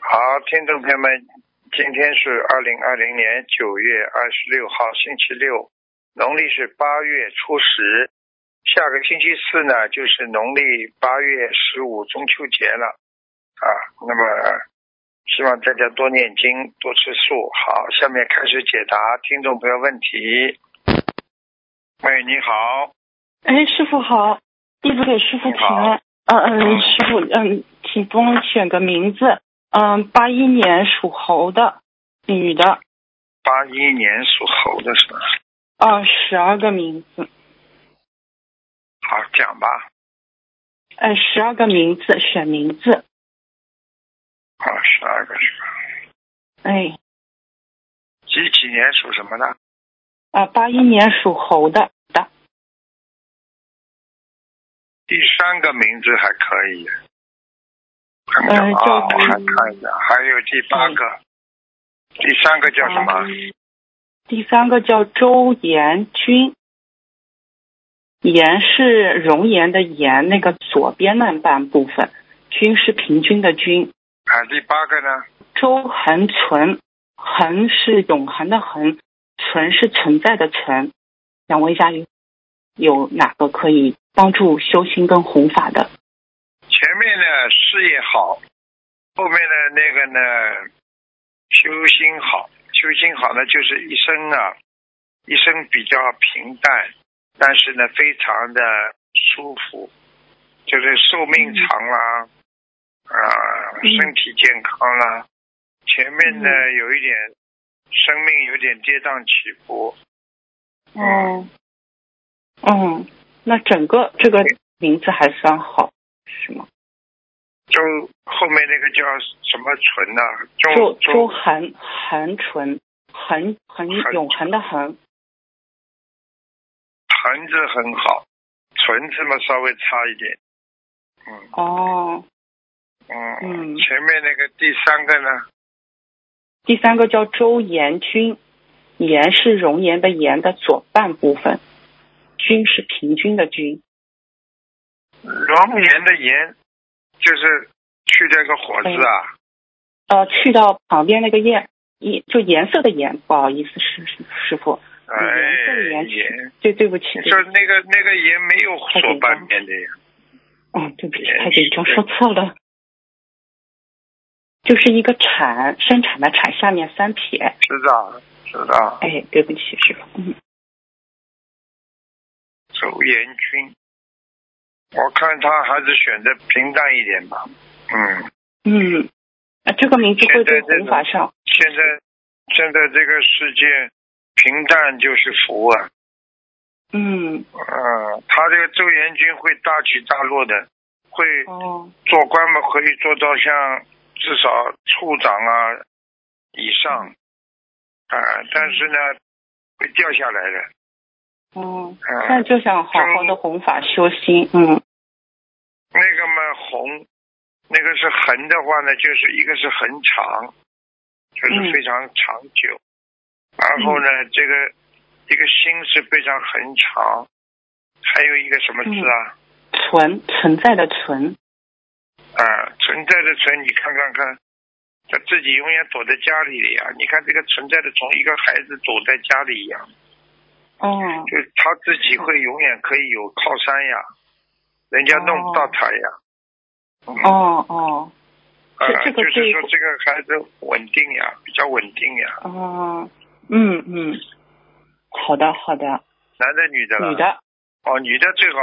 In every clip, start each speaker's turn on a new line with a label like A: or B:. A: 好，听众朋友们，今天是二零二零年九月二十六号，星期六，农历是八月初十。下个星期四呢，就是农历八月十五中秋节了啊。那么，希望大家多念经，多吃素。好，下面开始解答听众朋友问题。喂，你好，
B: 哎，师傅好，弟子给师傅
A: 你
B: 请
A: 好
B: 安。嗯
A: 嗯
B: 嗯，师傅，嗯，请帮我选个名字。嗯，八一年属猴的，女的。
A: 八一年属猴的是吧？
B: 嗯，十二个名字。
A: 好，讲吧。
B: 呃，十二个名字，选名字。
A: 啊，十二个是吧？
B: 哎，
A: 几几年属什么的？
B: 啊、八一年属猴的的。
A: 第三个名字还可以，看
B: 呃
A: 看啊，
B: 叫
A: 我还看一下，还有第八个，第三个叫什么？
B: 啊第三个叫周延军，颜是容颜的颜，那个左边那半部分，军是平均的军。
A: 啊，第八个呢？
B: 周恒存，恒是永恒的恒，存是存在的存。想问一下，有有哪个可以帮助修心跟弘法的？
A: 前面呢事业好，后面的那个呢修心好，修心好呢就是一生啊，一生比较平淡，但是呢非常的舒服，就是寿命长啦，啊、
B: 嗯
A: 身体健康啦，前面呢有一点生命有点跌宕起伏，
B: 嗯，嗯，那整个这个名字还算好，是吗？
A: 周后面那个叫什么存啊呐、
B: 周
A: 周
B: 周恒恒存，恒恒
A: 恒
B: 永恒的恒，
A: 盘子很好，唇子嘛稍微差一点。嗯
B: 哦。
A: 嗯，
B: 嗯
A: 前面那个第三个呢？
B: 第三个叫周延均，延是容颜的颜的左半部分，均是平均的均。
A: 龙岩的岩，就是去掉一个火字啊。
B: 呃，去到旁边那个颜，颜就颜色的颜，不好意思，师师师傅，
A: 哎
B: 颜色的，颜
A: 岩，
B: 对对不起，对
A: 就那个那个岩没有左半边的呀。
B: 嗯，对不起，
A: 颜
B: 太紧张，说错了，就是一个产生产的产，下面三撇，
A: 知道知道，
B: 哎，对不起，师傅，嗯，
A: 周延军，我看他还是选择平淡一点吧。嗯，
B: 嗯，啊，这个名字会对
A: 现在这种
B: 弘法上，
A: 现在现在这个世界平淡就是福啊。
B: 嗯，
A: 嗯，他这个周延军会大起大落的，会
B: 哦，
A: 做官嘛，可以做到像至少处长啊以上，啊、
B: 嗯
A: 但是呢会掉下来的。
B: 哦，
A: 嗯
B: 现在就想好好的弘法修心，嗯，
A: 那个嘛红，那个是横的话呢，就是一个是很长，就是
B: 嗯
A: 非常长久，然后呢，这个一个心是非常很长，还有一个什么字啊？
B: 嗯存存在的存，
A: 啊，存在的存，你看看看，他自己永远躲在家里的呀。你看这个存在的从一个孩子躲在家里一样，
B: 哦，
A: 就是他自己会永远可以有靠山呀，人家弄不到他呀。嗯
B: 哦哦
A: 啊
B: 这这，
A: 就
B: 个
A: 是
B: 对
A: 说这个孩子稳定呀，比较稳定呀，
B: 哦，嗯嗯，好的好的，
A: 男的女的了？
B: 女。的，
A: 哦，女的最好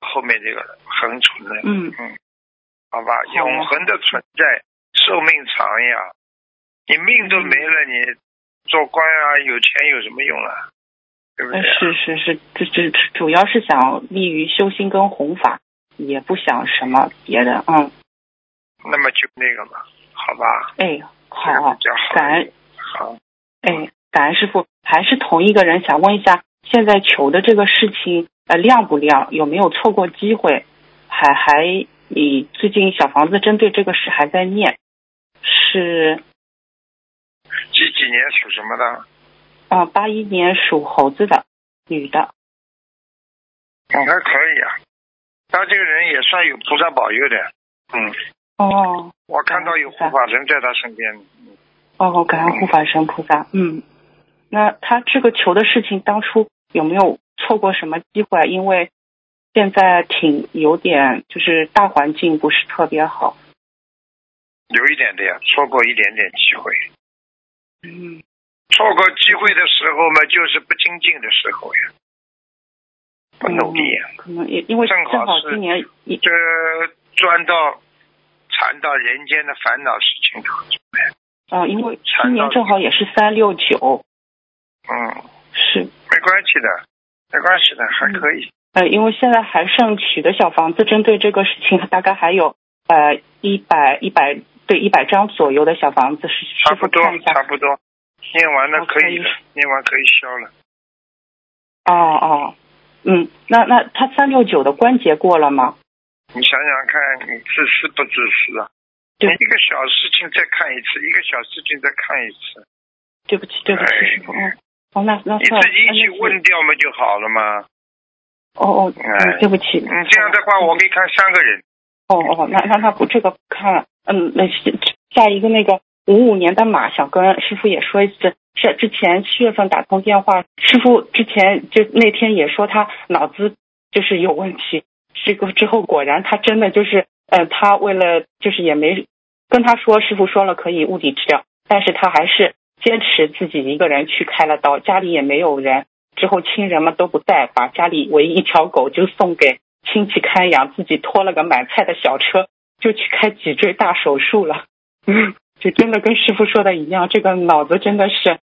A: 后面这个恒存的，
B: 嗯
A: 好吧？
B: 好
A: 永恒的存在，寿命长呀。你命都没了，你做官啊，有钱有什么用啊？对不对
B: 呃
A: 啊？
B: 是是是，这这主要是想利于修心跟弘法，也不想什么别的，嗯，
A: 那么就那个嘛，好吧，
B: 哎，
A: 这个
B: 好
A: 比，较好
B: 感
A: 一
B: 恩
A: 点，好，
B: 哎，感恩师傅，还是同一个人，想问一下，现在求的这个事情，呃，亮不亮？有没有错过机会？还还，你最近小房子针对这个事还在念，是，
A: 几几年属什么的？
B: 啊、呃，八一年属猴子的女的，
A: 还可以啊，他这个人也算有菩萨保佑的，嗯，
B: 哦，
A: 我看到有护法神在他身边。
B: 哦，感恩护法神菩萨。嗯，那他这个求的事情，当初有没有错过什么机会？啊因为现在挺有点，就是大环境不是特别好。
A: 有一点的呀，错过一点点机会。
B: 嗯，
A: 错过机会的时候嘛，就是不精进的时候呀，不努力呀。
B: 嗯可能也因为
A: 正
B: 正
A: 好
B: 好
A: 是
B: 今年也
A: 这钻到缠到人间的烦恼事情当中来。
B: 啊、因为
A: 缠
B: 今年
A: 绕
B: 正好也是三六九，
A: 嗯，
B: 是
A: 没关系的，没关系的，还可以。
B: 呃，因为现在还剩取的小房子，针对这个事情大概还有呃一百一百对一百张左右的小房子，师
A: 差
B: 师
A: 不
B: 傅
A: 多
B: 看一，
A: 差
B: 下。
A: 不多，念完了
B: 哦
A: 可
B: 可
A: 以
B: 以
A: 了，念完可以消了。
B: 哦哦，嗯，那那他三六九的关节过了吗？
A: 你想想看，你自私不自私啊？
B: 对
A: 一个小事情再看一次，一个小事情再看一次，
B: 对不起，对不起，
A: 哎
B: 师傅，嗯，哦，那那
A: 你
B: 算了，
A: 自己
B: 那
A: 一起
B: 那是
A: 问掉嘛就好了嘛。
B: 哦哦，
A: 哎
B: 嗯，对不嗯起，
A: 你这样的话，我可以看三个人。
B: 哦哦，那那那不这个不看了，嗯，那下下一个那个五五年的马，想跟师傅也说一次。是之前七月份打通电话，师傅之前就那天也说他脑子就是有问题，这个之后果然他真的就是，呃，他为了就是也没跟他说，师傅说了可以物理治疗，但是他还是坚持自己一个人去开了刀，家里也没有人，之后亲人们都不在，把家里唯一一条狗就送给亲戚看养，自己拖了个买菜的小车就去开脊椎大手术了。嗯，就真的跟师傅说的一样，这个脑子真的是，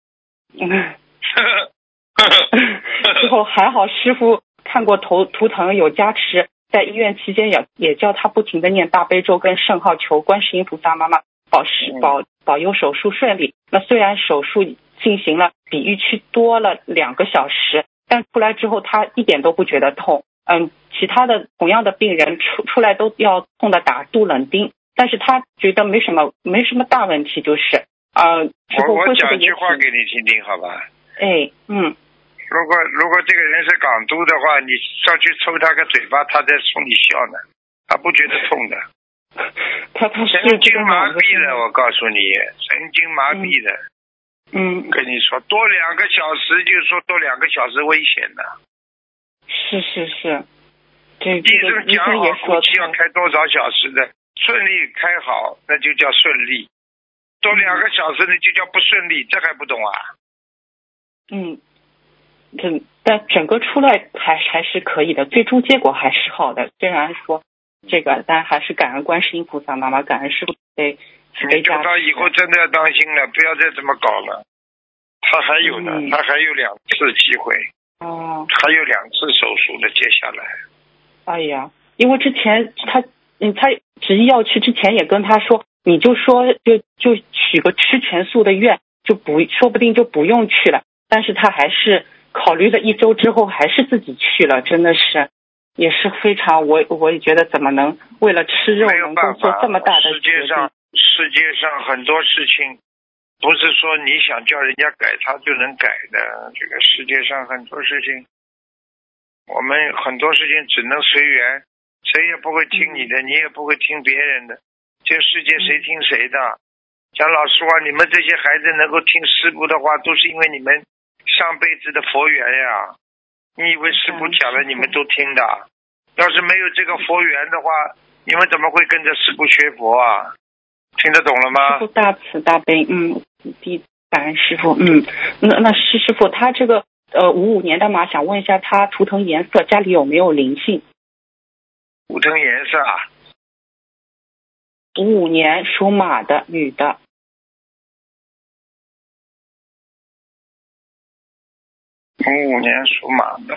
B: 嗯， 之后还好师傅看过头图腾有加持，在医院期间也也叫他不停的念大悲咒跟圣号，求观世音菩萨妈妈保持
A: 嗯
B: 保保佑手术顺利。那虽然手术进行了比预期多了两个小时，但出来之后他一点都不觉得痛。嗯，其他的同样的病人出出来都要痛的打杜冷丁，但是他觉得没什么没什么大问题，就是呃，之
A: 我
B: 后
A: 我
B: 恢复的
A: 讲
B: 也
A: 句话
B: 挺
A: 给你听听，好吧？
B: 哎嗯。
A: 如果如果这个人是港督的话，你上去抽他个嘴巴，他在冲你笑呢，他不觉得痛的。
B: 他他是
A: 神
B: 这
A: 经
B: 个
A: 麻
B: 脑子
A: 痹
B: 是
A: 了，我告诉你，神经麻痹了。
B: 嗯，
A: 跟你说，多两个小时就说多两个小时危险的。
B: 是是是，这
A: 医
B: 这个
A: 生
B: 医
A: 讲
B: 生
A: 好啊
B: 也说
A: 估计要开多少小时的，顺利开好那就叫顺利，多两个小时那就叫不顺利，这还不懂啊？
B: 嗯，整但整个出来还还是可以的，最终结果还是好的。虽然说这个，但还是感恩观世音菩萨妈妈，感恩师傅对慈
A: 你
B: 悲
A: 叫
B: 加
A: 他以后真的要当心了，不要再这么搞了。他还有呢，
B: 嗯
A: 他还有两次机会，
B: 哦，
A: 还有两次手术的，接下来。
B: 哎呀，因为之前他嗯他执意要去之前也跟他说，你就说就就许个吃全素的愿，就不说不定就不用去了。但是他还是考虑了一周之后，还是自己去了，真的是也是非常我我也觉得怎么能为了吃肉
A: 没有
B: 能够
A: 办
B: 做
A: 法，
B: 这么大的
A: 世
B: 决
A: 界
B: 定？
A: 上世界上很多事情，不是说你想叫人家改他就能改的。这个世界上很多事情，我们很多事情只能随缘，谁也不会听你
B: 嗯
A: 的，你也不会听别人的。这世界谁听谁的？讲老实话，你们这些孩子能够听师傅的话，都是因为你们上辈子的佛缘呀。你以为师
B: 嗯
A: 傅讲了，你们都听的？啊要是没有这个佛缘的话，你们怎么会跟着师傅学佛啊？听得懂了
B: 师
A: 吗
B: 傅？大慈大悲，嗯，第感恩师傅，嗯，那那师师傅他这个呃五五年的马，想问一下他图腾颜色，家里有没有灵性？
A: 图腾颜色啊，
B: 五五年属马的女的，
A: 五五年属马的。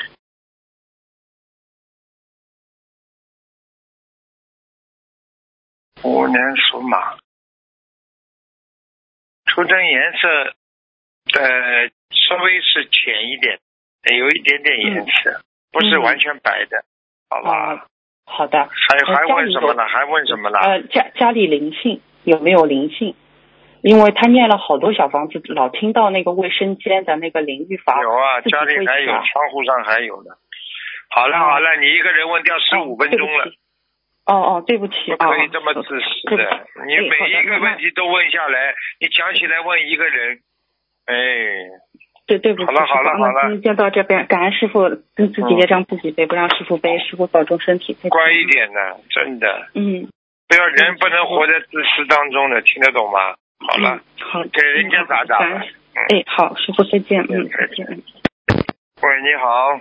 A: 五五年属马，图腾颜色，呃，稍微是浅一点，呃有一点点颜色，
B: 嗯
A: 不是完全白的，好吧？
B: 啊好的，
A: 还还
B: 家
A: 问
B: 里
A: 什么
B: 有
A: 呢？还问什么呢？
B: 呃，家家里灵性有没有灵性？因为他念了好多小房子，老听到那个卫生间的那个淋浴房，
A: 有啊，
B: 自己
A: 家里
B: 会
A: 还有，
B: 想
A: 窗户上还有呢。好了
C: 嗯
B: 哦
C: 哎
A: 好了，你一个人问掉十五分钟了
B: 对不起。
C: 哦哦，嗯对不起
A: 不
C: 啊，
A: 可以这么自私
C: 对不
A: 的
C: 起。
A: 你
C: 哎好
A: 每
C: 的
A: 一个
C: 那
A: 问题都问下来，你讲起来问一个人，哎，
C: 对，对不起，
A: 好了好了
C: 师傅
A: 好了嗯
C: 那今天就到这边，感恩师傅跟自己业障自己背，不让师傅背，师傅保重身体。再见
A: 乖一。点呢，真的，
C: 嗯，
A: 不要人不能活在自私当中的，听得懂吗？好了
C: 嗯，，好，
A: 给人家打打吧
C: 感恩哎，好，师傅再见，嗯，再见，嗯。
A: 喂，你好，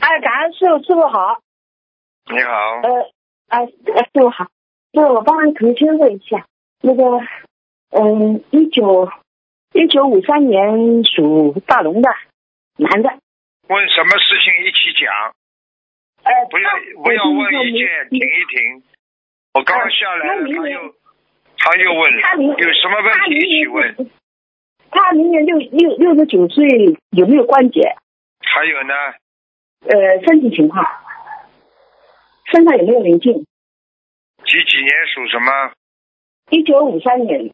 B: 哎，感恩师傅，师傅好。
A: 你好，
C: 嗯
B: 呃，哎，师傅好。对，我帮您重新问一下，那个，嗯，一九一九五三年属大龙的男的，
A: 问什么事情一起讲，
B: 呃，
A: 不要
C: 啊
B: 他
A: 不要
B: 我
A: 问一
B: 听
A: 件
B: 说，
A: 停
B: 您
A: 一停。我刚下
C: 啊
A: 来
B: 那
A: 了，
B: 明
A: 他
B: 年
A: 又他又问
B: 他明
A: 了，有什么问
B: 他
A: 题
B: 明
A: 一起
B: 年
A: 问。
B: 六他明年六六六十九岁，有没有关节？
A: 还有呢，
B: 呃，身体情况，身上有没有灵性？
A: 几几年属什么？
B: 一九五三年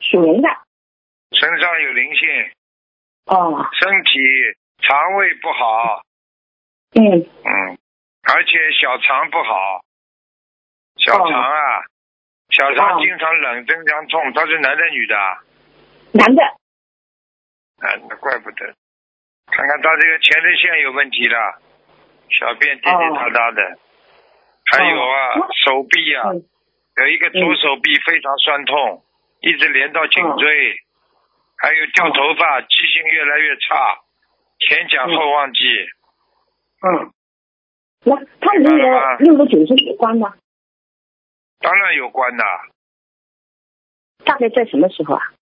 B: 属龙的，
A: 身上有灵性，
B: 哦，
A: 身体肠胃不好，
B: 嗯，
A: 嗯，而且小肠不好，小肠啊，小肠
B: 哦
A: 经常冷，经常痛。他是男的女的啊？
B: 男的，
A: 啊，那怪不得。看看他这个前列腺有问题了，小便滴滴答答的，还有啊，
B: 哦
A: 手臂啊，
B: 嗯
A: 有一个左手臂非常酸痛，一直连到颈椎，还有掉头发，记性越来越差，前讲后忘记。
B: 嗯，那他明年六十九岁有关吗？
A: 当然有关呐、
B: 大概在什么时候啊？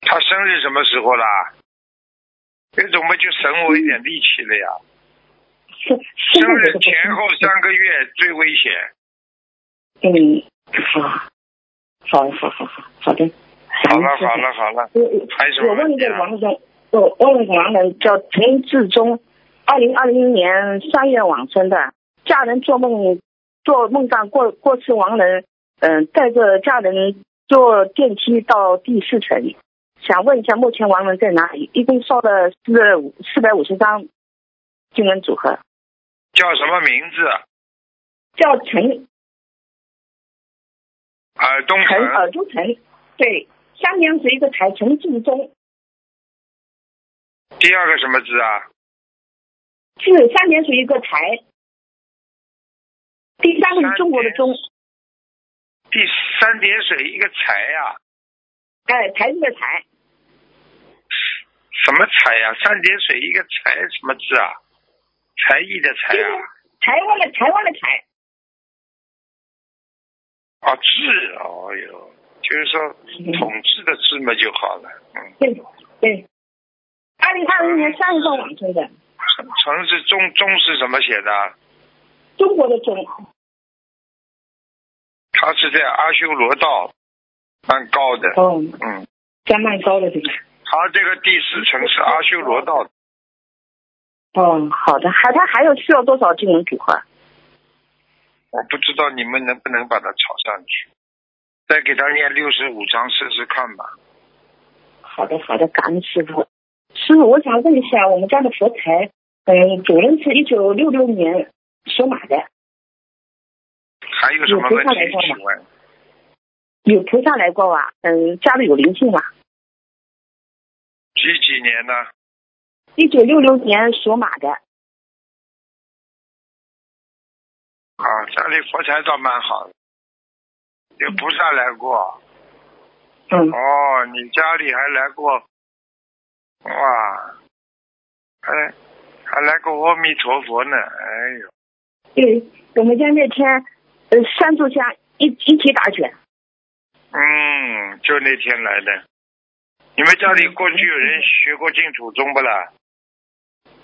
A: 他生日什么时候啦？这种嘛就省我一点力气了呀。
B: 是现在
A: 生
B: 我
A: 日
B: 都不清
A: 前后三个月最危险。
B: 嗯，啊，好，好，好，好，好的。
A: 好了好了好了，
B: 我我
A: 还有什么
B: 我问
A: 问
B: 一
A: 题
B: 个
A: 啊？
B: 王人，我问一个王人叫陈志忠，二零二零年三月往生的，家人做梦做梦到过过世亡人，嗯、带着家人坐电梯到第四层，想问一下目前亡人在哪里？一共烧了四四百五十张经文组合，
A: 叫什么名字？啊
B: 叫陈
A: 耳东
B: 陈
A: 城，
B: 耳珠陈，对，三点水一个台，陈志忠。
A: 第二个什么字啊？
B: 是三点水一个台，第三个是中国的中，
A: 第三点水一个啊财呀、
B: 哎，台子的台，
A: 什么财呀、三点水一个财什么字啊？才艺的才啊？
B: 台湾的台湾的台，
A: 啊治，哦哟，就是说统治的治嘛就好了。嗯，
B: 对对。二零二零年三月份晚生的，
A: 城城是中中是怎么写的啊？
B: 中国的中，
A: 他是在阿修罗道，蛮高的。
B: 哦，
A: 嗯，
B: 加蛮高的对吧？
A: 他这个第四层是阿修罗道，
B: 哦，好的，还他还有需要多少经文组合？
A: 我不知道你们能不能把它炒上去，再给他念六十五章试试看吧。
B: 好的，好的，感恩师傅。师傅，我想问一下，我们家的佛台，嗯，主人是一九六六年属马的，
A: 还有什么问题
B: 有菩萨来过吗
A: 请问？
B: 有菩萨来过哇、嗯，家里有灵性吗？
A: 几几年呢？
B: 一九六六年属马的，
A: 啊，家里佛台倒蛮好的，有菩萨来过。
B: 嗯，
A: 哦，你家里还来过，哇，还还来过阿弥陀佛呢，哎呦。
B: 对，我们家那天，呃，三炷香一一起打卷，
A: 嗯，就那天来的。你们家里过去有人学过净土宗不啦？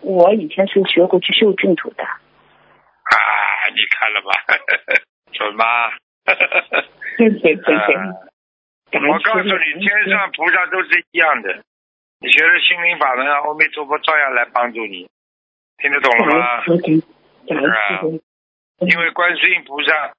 B: 我以前是学过去修净土的，
A: 啊，你看了吧， 准吧？
B: 对对对对，
A: 啊
B: 感恩
A: 我告诉
B: 师父
A: 你，天上菩萨都是一样的。你学了心灵法门啊，阿弥陀佛照样来帮助你，听得懂了吗
B: 感？恩师父感恩师
A: 是
B: 傅，
A: 因为观世音菩萨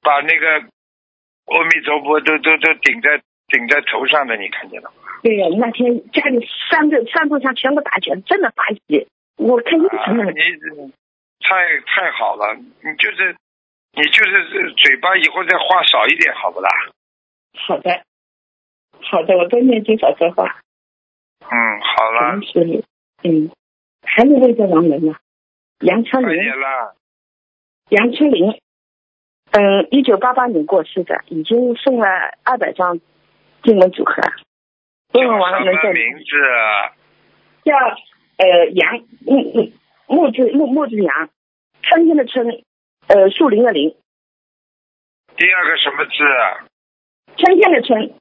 A: 把那个阿弥陀佛都都都顶在顶在头上的，你看见了吗？
B: 对呀，那天家里三个三炷香全部打卷，真的发喜，我看一
A: 啊，
B: 层
A: 你太太好了，你就是你就是嘴巴以后再话少一点，好不啦？
D: 好的，好的，我多念经少说话。
A: 嗯，好了
D: 感，谢你。嗯，还有那个王人啊，杨超
A: 快
D: 林，
A: 点啦。
D: 杨秋林，嗯，一九八八年过世的，已经送了二百张经文组合。问
B: 嗯
D: 问王
A: 什
D: 人
A: 么
D: 叫
A: 名字啊？
D: 叫呃杨木木木字木木字杨，春天的春，呃树林的林，
A: 第二个什么字啊？
D: 春天的春，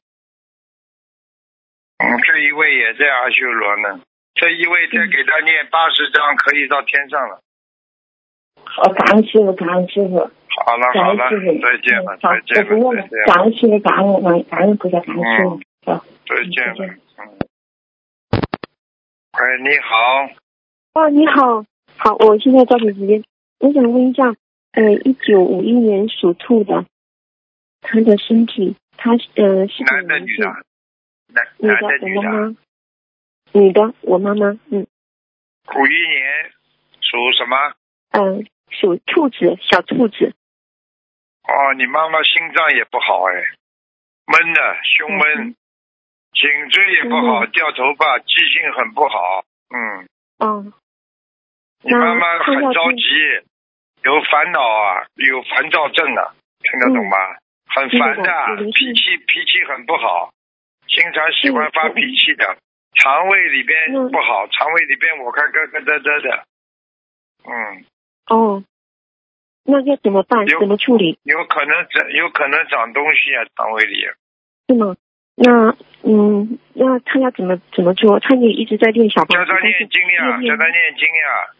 A: 嗯，这一位也在阿修罗呢，这一位再给他
D: 嗯
A: 念八十章，可以到天上了。
D: 好，哦感恩师傅，感恩师傅，
A: 好了
D: 感
A: 好
D: 恩
A: 了，
D: 师傅，
A: 再见了
D: 嗯好
A: 再，
D: 我
A: 见
D: 不
A: 了
D: 问
A: 再
D: 了
A: 见，了
D: 感恩师傅，感恩感恩感恩菩萨，感恩师傅，好，
A: 再见
D: 再
A: 了
D: 见。
A: 嗯。喂，你好，
B: 哦，你好，好，我现在抓紧时间，我想问一下，呃，一九五一年属兔的，他的身体，他呃是
A: 男的女的？
D: 嗯
A: 男
B: 女
A: 男的
B: 的，
A: 女
B: 我妈
A: 的？
B: 妈，女的，我妈妈，嗯
A: 五一年属什么？
B: 嗯、呃属兔子，小兔子，
A: 哦，你妈妈心脏也不好哎，闷的，胸闷，
D: 嗯
A: 颈椎也不好，掉头发，记性很不好。嗯，
B: 哦，
A: 你妈
B: 那
A: 妈很
B: 她要
A: 着
B: 注
A: 急，有烦恼啊，有烦躁症啊，听得懂吗？很烦
B: 嗯听得
A: 的，
B: 懂这灵
A: 脾
B: 性
A: 气脾气很不好，经常喜欢
B: 嗯
A: 发
B: 我
A: 脾气的，肠胃里边
B: 嗯
A: 不好，肠胃里边我看咯咯噔噔的。嗯，
B: 哦，那要怎么办？
A: 有
B: 怎么处理？
A: 有可能长有可能长东西啊，肠胃里。
B: 是吗？那嗯，那他要怎么怎么做？他也一直在练小
A: 叫
B: 房子
A: 他，
B: 但是
A: 念经呀，
B: 念
A: 叫他念经呀，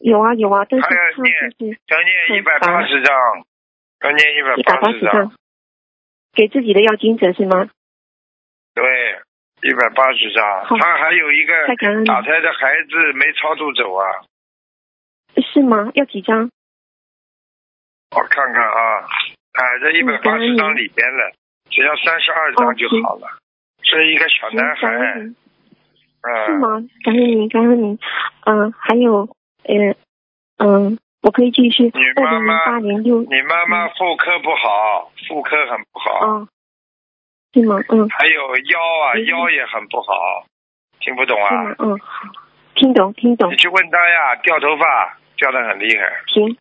B: 有啊有啊，但是
A: 还要
B: 他
A: 念
B: 就是。
A: 要念一
B: 很
A: 百八十章，要念一
B: 一
A: 百
B: 百八
A: 十
B: 十张，给自己的要精神是吗？
A: 对，一百八十章。
B: 好
A: 他还有一个
B: 太感恩
A: 嗯打
B: 了，
A: 胎的孩子没超度走啊，
B: 是吗？要几张？
A: 我看看啊，哎，在一
B: 嗯
A: 百八十章里边了，只要三十二章就好了。是一个小男孩，
B: 哦感恩您，是
A: 嗯，
B: 吗？感恩您，感恩您。嗯、还有，呃，嗯、我可以继续。
A: 你妈
B: 二零零
A: 妈
B: 八年六，
A: 你妈妈妇科不好，妇科很不好，
B: 嗯哦，是吗？嗯，
A: 还有腰啊，
B: 嗯
A: 腰也很不好，听不懂
B: 是
A: 啊
B: 吗？？嗯，好，听懂，听懂
A: 你，去问他呀，掉头发掉的很厉害。
B: 行，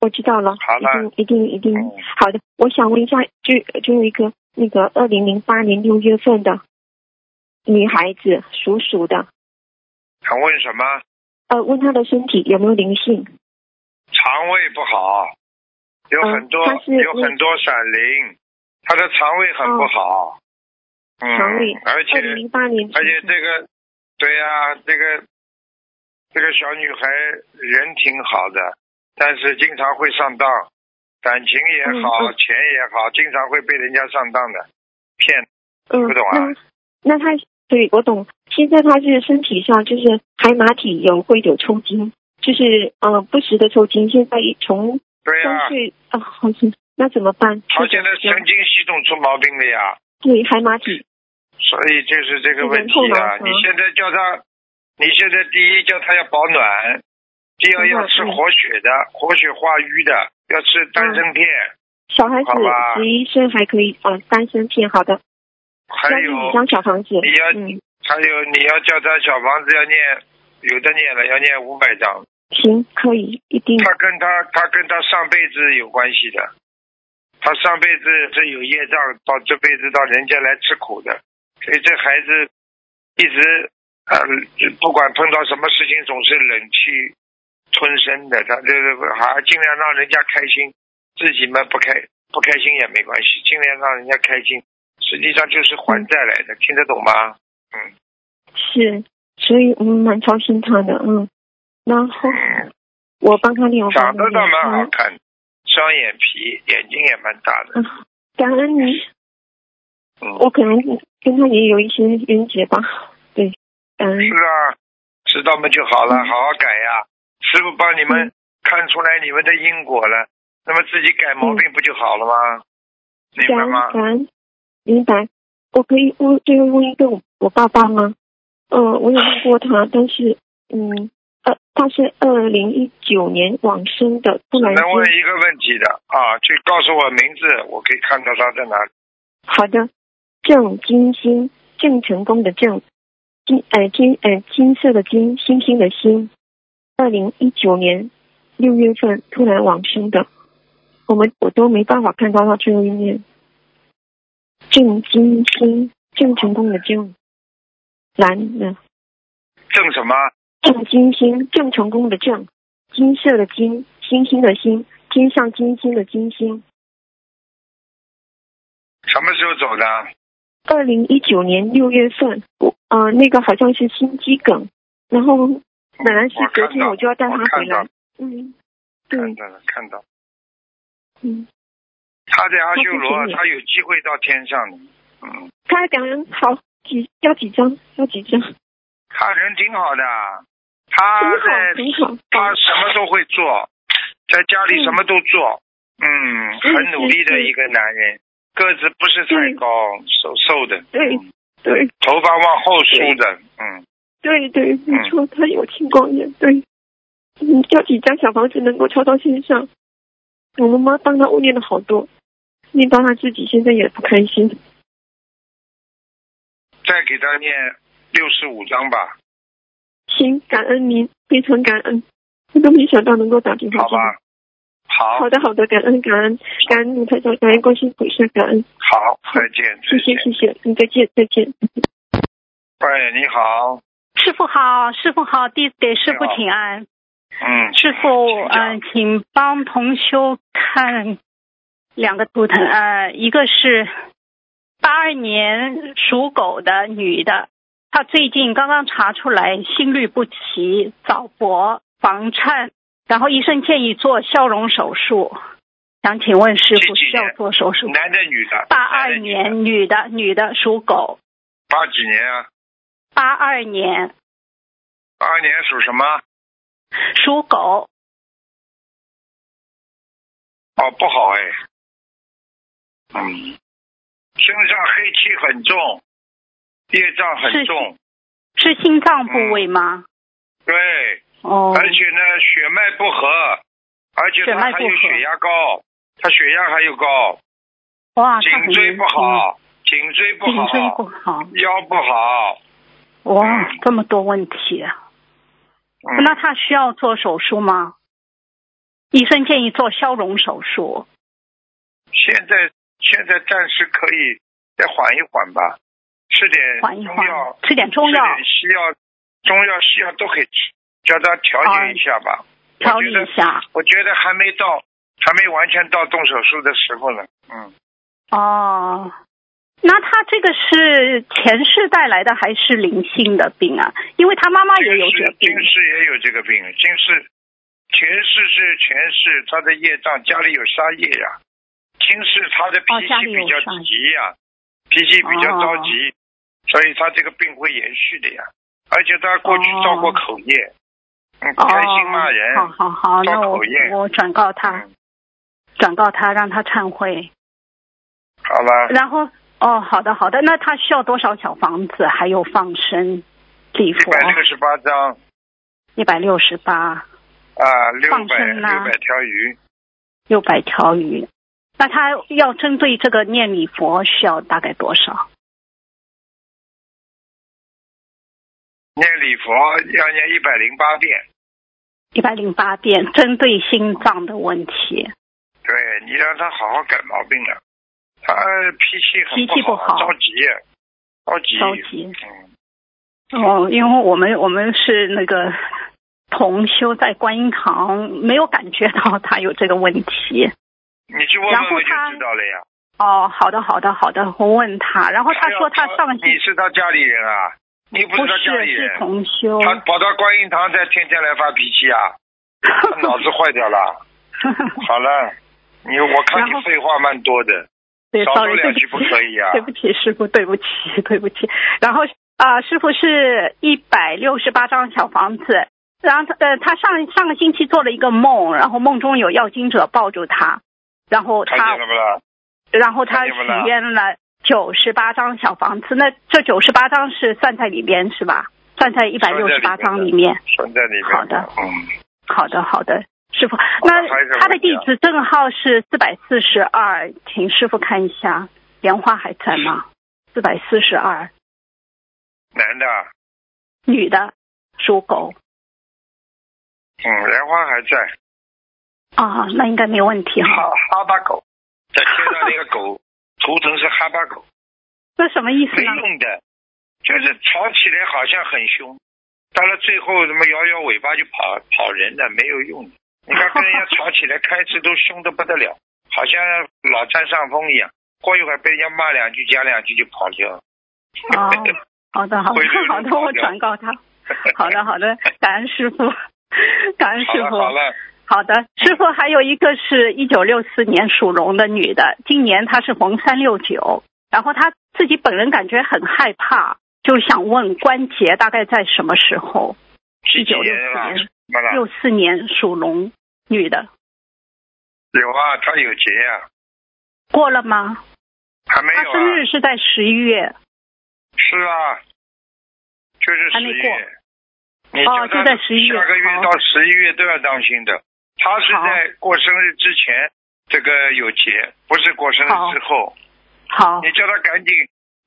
B: 我知道了，
A: 好了
B: 一定，一定，一定
A: 嗯，
B: 好的。我想问一下，就就有一个那个二零零八年六月份的女孩子，属鼠的，
A: 想问什么？
B: 呃，问她的身体有没有灵性？
A: 肠胃不好，有很多、
B: 嗯哦他是
A: 有很多闪灵，他的肠胃很不好。嗯，
B: 哦肠胃
A: 而且
B: 二零零八年，
A: 而且这个，对呀、这个这个小女孩人挺好的，但是经常会上当，感情也好，
B: 嗯嗯
A: 钱也好，经常会被人家上当的骗。
B: 嗯，
A: 不懂啊
B: 那那他对我懂，现在他是身体上就是海马体有会有抽筋，就是呃不时的抽筋，现在一从
A: 对呀、
B: 三岁啊，好像那怎么办？
A: 他现在
B: 是
A: 神经系统出毛病了呀。
B: 对海马体
A: 所以就是这个问题啊，
B: 这个后脑勺
A: 你现在叫他，你现在第一叫他要保暖，第二
B: 嗯
A: 要吃活血的，活血化瘀的，要吃丹参片，
B: 小孩子
A: 好吧
B: 十一岁还可以啊、呃丹参片好的，
A: 还
B: 要念几张
A: 有
B: 小房子？
A: 嗯哎你要
B: 嗯，
A: 还有你要叫他小房子要念，有的念了要念五百张，
B: 行，可以，一定
A: 他跟他他跟他上辈子有关系的，他上辈子是有业障，到这辈子到人家来吃苦的，所以这孩子一直呃，不管碰到什么事情总是忍气吞声的，他就是还尽量让人家开心，自己嘛不开不开心也没关系，尽量让人家开心，实际上就是还债来的，听得懂吗？
B: 是，所以我们蛮操心他的，嗯，然后
A: 嗯，
B: 我帮他念，我帮
A: 长
B: 他
A: 得
B: 念，
A: 倒蛮好
B: 嗯
A: 看的，双眼皮，眼睛也蛮大的，
B: 感恩你。
A: 嗯。
B: 我可能跟他也有一些冤结吧。对，嗯，
A: 是啊，知道嘛就好了，
B: 嗯
A: 好好改呀、师傅帮你们
B: 嗯
A: 看出来你们的因果了，那么自己改毛病不就好了
B: 嗯
A: 吗？明
B: 感
A: 白
B: 恩
A: 吗？
B: 感恩，明白。我可以呃问最后问一个我我爸爸吗？嗯、我有问过他，但是嗯，呃，他是二零一九年往生的，不
A: 只
B: 然
A: 能问一个问题的啊，就告诉我名字，我可以看到他在哪里。
B: 好的，郑金星，郑成功的郑，金呃金呃金色的金，星星的星。二零一九年六月份突然往生的，我们我都没办法看到他最后一面。郑金星，郑成功的郑，男的，
A: 郑什么？
B: 郑金星，郑成功的郑，金色的金，星星的星，天上金星的金星。
A: 什么时候走的？
B: 二零一九年六月份，我呃那个好像是心肌梗，然后本来是
A: 我
B: 隔
A: 看
B: 天
A: 到，
B: 我就要带他
A: 我看
B: 回
A: 到
B: 来，，嗯，
A: 看
B: 对，
A: 到了，看到。
B: 嗯，
A: 他在阿修
B: 他
A: 罗
B: 不，是你
A: 他有机会到天上的。嗯，
B: 他感恩好几要几张要几张，很
A: 他人挺好的，他在
B: 好很好，
A: 他什么都会做，在家里什么都做，嗯，
B: 嗯
A: 很努力的一个男人，个子不是太高，瘦瘦的，
B: 对
A: 嗯
B: 对
A: 头发往后梳的，嗯，
B: 对对，没错，他有青光眼，对，嗯，要几张小房子能够抄到线上，我妈妈帮他物念了好多，念到他自己现在也不开心，
A: 再给他念六十五章吧，
B: 行，感恩您，非常感恩，我都没想到能够打电话
A: 好
B: 进来。
A: 吧？好，
B: 嗯好的，好的，感恩感恩感恩卢台长，感恩观世音菩萨，感恩，
A: 好，再见，再
B: 谢谢
A: 见。
B: 谢谢，嗯，再见再见。
A: 喂，你好，
E: 师傅好，师傅好，弟子给师傅
A: 你好
E: 请安。
A: 嗯，
E: 师傅，
A: 请讲
E: 嗯、请帮同修看两个图腾，呃，一个是八二年属狗的女的，她最近刚刚查出来心律不齐、早搏、房颤，然后医生建议做消融手术，想请问师傅
A: 几几
E: 需要
A: 年
E: 做手术？
A: 男的女的？
E: 八
A: 男
E: 二
A: 的女的
E: 年女的，女的属狗，
A: 八几年啊？
E: 八二年
A: 八二年属什么？
E: 属狗，
A: 哦，不好哎，嗯，身上黑气很重，业障很重，
E: 是心脏部位吗？
A: 对，
E: 哦，
A: 而且呢血脉不和，而且
E: 血
A: 他
E: 脉不
A: 还
E: 和
A: 有血压高，他血压还有高，
E: 哇，啊他很
A: 颈椎不好，颈椎不
E: 年轻，颈椎不
A: 好，
E: 好，
A: 腰不好，
E: 哇，这么多问题啊、
A: 嗯，
E: 那他需要做手术吗？医生建议做消融手术。
A: 现在现在暂时可以再缓一缓吧，吃点
E: 缓一
A: 中
E: 缓
A: 药，，
E: 吃点中药
A: 吃点西药，中药西药都可以吃，叫他调节一下吧。
E: 调
A: 我
E: 理
A: 觉得
E: 一下。
A: 我觉得还没到，还没完全到动手术的时候呢。嗯，
E: 哦，那他这个是前世带来的还是灵性的病啊？因为他妈妈也有这个病
A: 今。世也有这个病，今世前世是前世他的业障，家里有杀业呀、今世他的脾
E: 哦家
A: 气
E: 里有
A: 比较
E: 杀业哦
A: 急呀、脾气比较着急，所以他这个病会延续的呀。而且他过去
E: 哦
A: 造过口业，嗯，
E: 哦，
A: 开心骂人，
E: 好好好，那
A: 造
E: 我
A: 口业
E: 我转告他，
A: 嗯，
E: 转告他，让他忏悔。
A: 好吧，
E: 然后哦，好的好的，那他需要多少小房子？还有放生、礼
A: 一
E: 佛
A: 百六十八张
E: 一百六十八、
A: 啊，六
E: 放
A: 百
E: 生啦
A: 六百条鱼，
E: 六百条鱼。那他要针对这个念礼佛需要大概多少？
A: 念礼佛要念一百零八遍。
E: 一百零八遍，针对心脏的问题，
A: 对你让他好好改毛病了，他脾气很
E: 脾气不
A: 好，啊
E: 好
A: 着急，着急，
E: 着急。
A: 嗯，
E: 哦，因为我们我们是那个同修在观音堂，没有感觉到他有这个问题。
A: 你去问
E: 然
A: 问
E: 后
A: 问就
E: 他
A: 知道了呀。
E: 哦，好的好的好的，我问他，然后他说他
A: 要
E: 上
A: 你是他家里人啊，你不
E: 不
A: 他
E: 是
A: 家里
E: 是
A: 人，
E: 同修，
A: 他跑到观音堂再天天来发脾气 啊，他脑子坏掉了。好了，你我看你
E: 然后
A: 废话蛮多的，
E: 对，
A: 少
E: sorry，
A: 说
E: 对
A: 两
E: 不
A: 句
E: 起，
A: 不可以啊
E: 对不起，师傅，对不起，对不起。然后啊、师傅是一百六十八张小房子。然后他呃，他上上个星期做了一个梦，然后梦中有要经者抱住他，然后
A: 看
E: 他
A: 见了不啦？
E: 然后他
A: 看
E: 许
A: 见没了
E: 愿了九十八张小房子，那这九十八张是算在里边是吧？算在一百六十八章里面。
A: 算在里面。
E: 好的，
A: 嗯，
E: 好的，好的，师傅，
A: 的
E: 那
A: 还有什么
E: 他的
A: 问题
E: 地
A: 啊
E: 址证号是四百四十二，请师傅看一下，莲花还在吗？四百四十二，
A: 男的，啊
E: 女的，属狗
A: 嗯，莲花还在，
E: 啊，那应该没问题哈。
A: 哈哈巴狗，在天上那个狗，图腾是哈巴 狗，
E: 那什么意思
A: 没
E: 呢？
A: 用的，就是吵起来好像很凶，到了最后怎么摇摇尾巴就跑跑人了，没有用的。你看跟人家吵起来，开始都凶的不得了，好像老占上风一样，过一会儿被人家骂两句讲两句就跑掉了。
E: 哦， 好的，好的
A: 会流，入
E: 好的，
A: 跑
E: 我
A: 掉
E: 转告他。好的，好的，感恩师傅， 感恩
A: 好
E: 师
A: 了
E: 傅。
A: 好了，
E: 好的，师傅还有一个是一九六四年属龙的女的，今年她是逢三六九，然后她自己本人感觉很害怕，就想问关节大概在什么时候？
A: 几
E: 一
A: 几
E: 九六
A: 年
E: 四
A: 了？
E: 年，
A: 怎么了？
E: 六四年属龙女的，
A: 有啊，他有结啊，
E: 过了吗？
A: 还没
E: 她
A: 有啊？
E: 生日是在十一月，
A: 是啊，就是
E: 还
A: 十
E: 没
A: 一
E: 过
A: 月。你
E: 哦
A: 叫
E: 就
A: 他
E: 在11月
A: 下个月
E: 好
A: 到十一月都要当心的。他是
E: 好
A: 在过生日之前这个有节，不是过生
E: 好
A: 日之后。
E: 好
A: 你叫他赶紧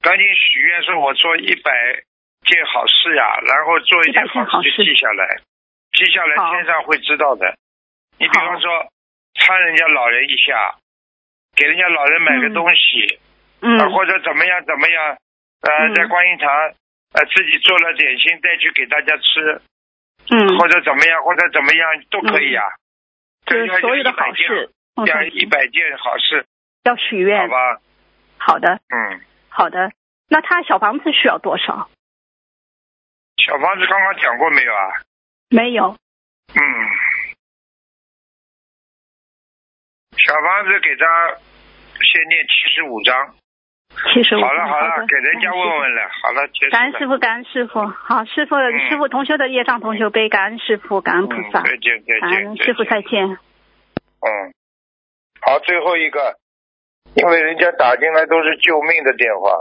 A: 赶紧许愿，说我做一百件好事呀、然后做一件
E: 100件好
A: 事
E: 事
A: 就记下来，记下来
E: 好
A: 天上会知道的。你比方
E: 好
A: 说搀人家老人一下，给人家老人买个
E: 嗯
A: 东西，
E: 嗯
A: 啊，或者怎么样怎么样，呃，
E: 嗯
A: 在观音堂，呃，自己做了点心带去给大家吃，
E: 嗯，
A: 或者怎么样，或者怎么样都可以啊。
E: 就
A: 对
E: 是所有的好，事，
A: 要
E: 嗯
A: 要一百件要100件好事，
E: 要许
A: 好
E: 愿，
A: 吧？
E: 好的，
A: 嗯，
E: 好的。那她小房子需要多少？
A: 小房子刚刚讲过没有啊？
E: 没有，
A: 嗯，小房子给他先念七十五章，
E: 七十五。
A: 好了好
E: 好
A: 了
E: 的，嗯
A: 给人家问问了，好了，结束
E: 感恩
A: 了
E: 师傅，感恩师傅，好，师傅，师傅同修的业障同修背，感恩师傅，感恩菩
A: 嗯，
E: 萨，
A: 再见再
E: 感
A: 见，
E: 恩师傅，
A: 见
E: 再见。
A: 嗯，好，最后一个，因为人家打进来都是救命的电话，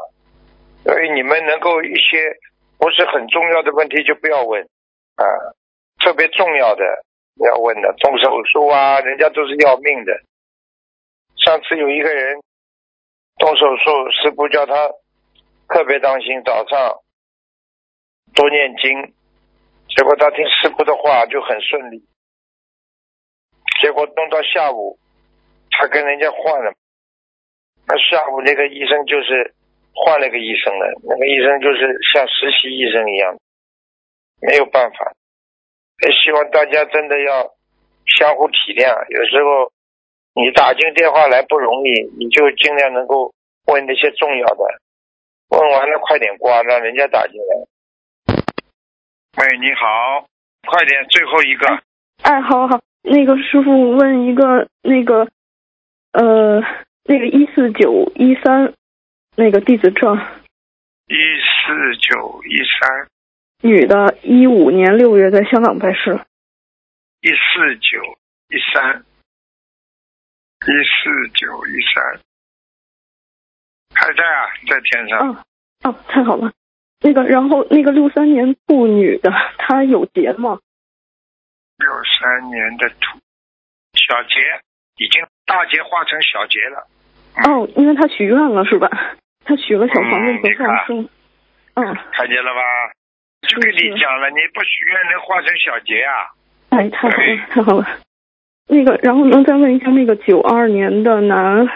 A: 所以你们能够一些不是很重要的问题就不要问啊，特别重要的要问的，动手术啊，人家都是要命的。上次有一个人动手术，师傅叫他特别当心，早上多念经，结果他听师傅的话就很顺利。结果弄到下午，他跟人家换了。那下午那个医生就是换了个医生了，那个医生就是像实习医生一样，没有办法。也希望大家真的要相互体谅，有时候你打进电话来不容易，你就尽量能够问那些重要的，问完了快点挂，让人家打进来。喂，哎你好，快点，最后一个。
F: 哎，好好，那个师傅问一个那个，呃，那个一四九一三那个弟子证，
A: 一四九一三
F: 女的，一五年六月在香港拜师。
A: 一四九一三一四九一三，还在啊，在天上。
F: 嗯，哦，太好了。那个，然后那个六三年兔女的，她有结吗？
A: 六三年的土，小杰已经大杰化成小杰了。
F: 哦，因为她许愿了是吧？她许了小房子
A: 嗯
F: 和
A: 你看
F: 放生。嗯，
A: 看见了吧？就跟你讲了，你不许愿能化成小杰啊？
F: 哎，太好了，太好了。那个，然后能再问一下那个九二年的男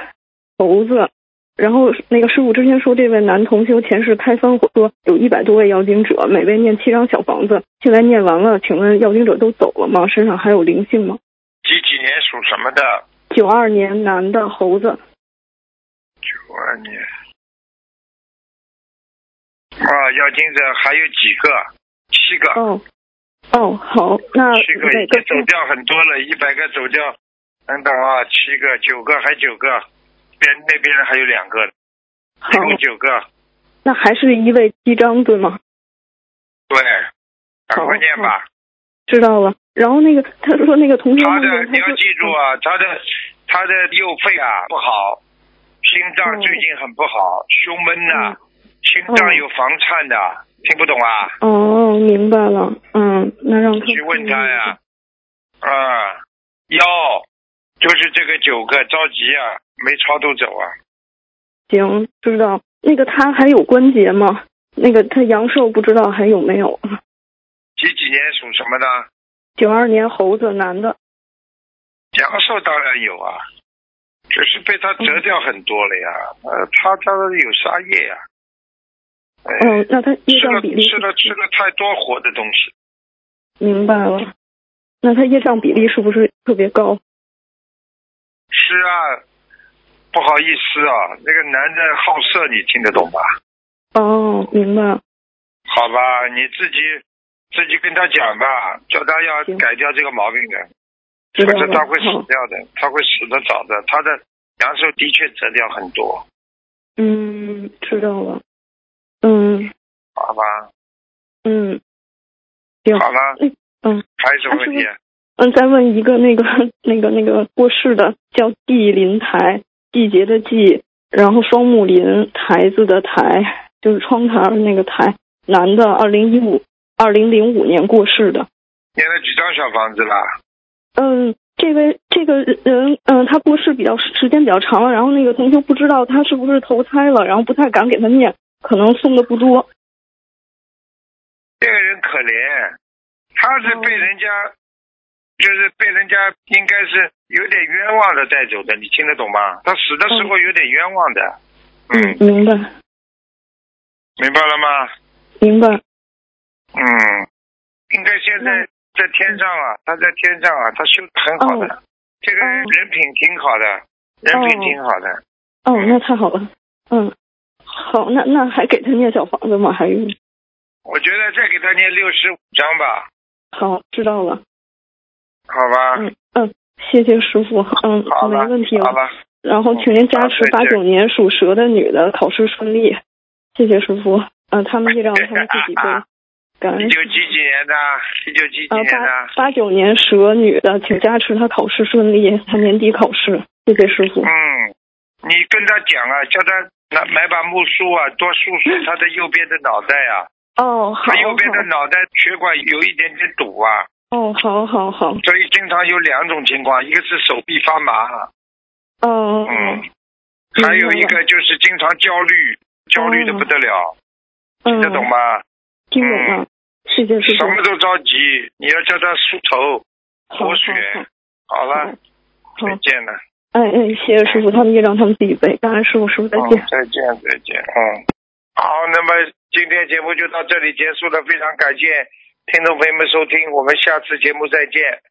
F: 猴子，然后那个师傅之前说这位男同修前世开翻火车，有一百多位要经者，每位念七张小房子，现在念完了，请问要经者都走了吗？身上还有灵性吗？
A: 几几年属什么的？
F: 九二年男的猴子，
A: 九二年。啊，要盯着还有几个？七个。
F: 哦，哦，好，那
A: 七个
F: 每
A: 已经
F: 个
A: 走掉很多了，一百个走掉，等等啊，七个、九个还九个，边那边还有两个，一
F: 好，
A: 共九个，
F: 那还是一位七张对吗？
A: 对，赶快念吧。
F: 知道了。然后那个他说那个同学
A: 他
F: 梦见
A: 的
F: 他
A: 你要
F: 说
A: 记住
F: 嗯
A: 啊，他的他的右肺啊不好，心脏最近很不好，胸闷呐、
F: 嗯
A: 心脏有房颤的，听不懂啊？
F: 哦，明白了，嗯，那让他
A: 去问他呀。啊，腰，就是这个九个着急啊，没超度走啊。
F: 行，知道。那个他还有关节吗？那个他阳寿不知道还有没有？
A: 几几年属什么的？
F: 九二年猴子男的，
A: 阳寿当然有啊，只是被他折掉很多了呀。呃，他他有杀业呀、哎
F: 嗯，那他业
A: 吃了
F: 障比例
A: 吃了吃了太多活的东西，
F: 明白了，那他业障比例是不是特别高？
A: 是啊，不好意思啊，那个男人好色，你听得懂吧？
F: 哦，明白，
A: 好吧，你自己自己跟他讲吧，叫他要
F: 行
A: 改掉这个毛病的，
F: 知道
A: 否则
F: 了。
A: 他会死
F: 好，
A: 掉的，他会死得早的。他的阳寿的确折掉很多，
F: 嗯，知道了，嗯
A: 好吧？
F: 嗯，行，
A: 好了，
F: 嗯
A: 还有什么问题？啊
F: 嗯，再问一个那个那个那个过世的叫季林台，季节的季，然后双木林台子的台，就是窗台儿那个台，男的，二零一五二零零五年过世的。
A: 念了几张小房子了？
F: 嗯，这位这个人，嗯，他过世比较时间比较长了，然后那个同学不知道他是不是投胎了，然后不太敢给他念，可能送的不多。
A: 这个人可怜，他是被人家，
F: 哦
A: 就是被人家应该是有点冤枉的带走的，你听得懂吗？他死的
F: 哦
A: 时候有点冤枉的，嗯，
F: 明白，
A: 明白了吗？
F: 明白，
A: 嗯，应该现在在天上啊，他在天上啊，他修的很好的，这个人
F: 哦
A: 人品挺好的，人品挺好的，
F: 哦，那太好了，嗯，好，那那还给他念小房子吗？还用？
A: 我觉得再给他念六十五章吧，
F: 好，知道了。
A: 好吧？
F: 嗯嗯，谢谢师傅。嗯
A: 啊好，
F: 没
A: 吧
F: 问题，
A: 好
F: 了。
A: 吧，嗯
F: 然后请您加持
A: 好
F: 八
A: 再见
F: 九年属蛇的女的考试顺利，谢谢师傅。嗯，他们就让他们自
A: 啊
F: 己背，感恩
A: 一。九几几年的？一九几几
F: 啊，
A: 年的？
F: 八八九年蛇女的，请加持她考试顺利，她年底考试。谢谢师傅。
A: 嗯，你跟他讲啊，叫他拿买把木梳啊，多梳梳他的右边的脑袋啊，
F: 哦，嗯好
A: 他右边的脑袋血管有一点点堵啊，
F: 好。哦，好好好。
A: 所以经常有两种情况，一个是手臂发麻，啊
F: 哦。
A: 嗯，还有一个就是经常焦虑，焦虑的不得了，听
F: 嗯。
A: 得懂？吗？嗯
F: 听懂了。谢谢师
A: 什
F: 傅。
A: 么都着急，你要叫他梳头
F: 好
A: 活血。好
F: 好好。
A: 了，
F: 好
A: 再见了，
F: 哎哎，谢谢师傅，他们也让他们自己背。感恩师傅，师傅再
A: 嗯
F: 见。，
A: 再见，再见，嗯。好，那么今天节目就到这里结束了，非常感谢听众朋友们收听，我们下次节目再见。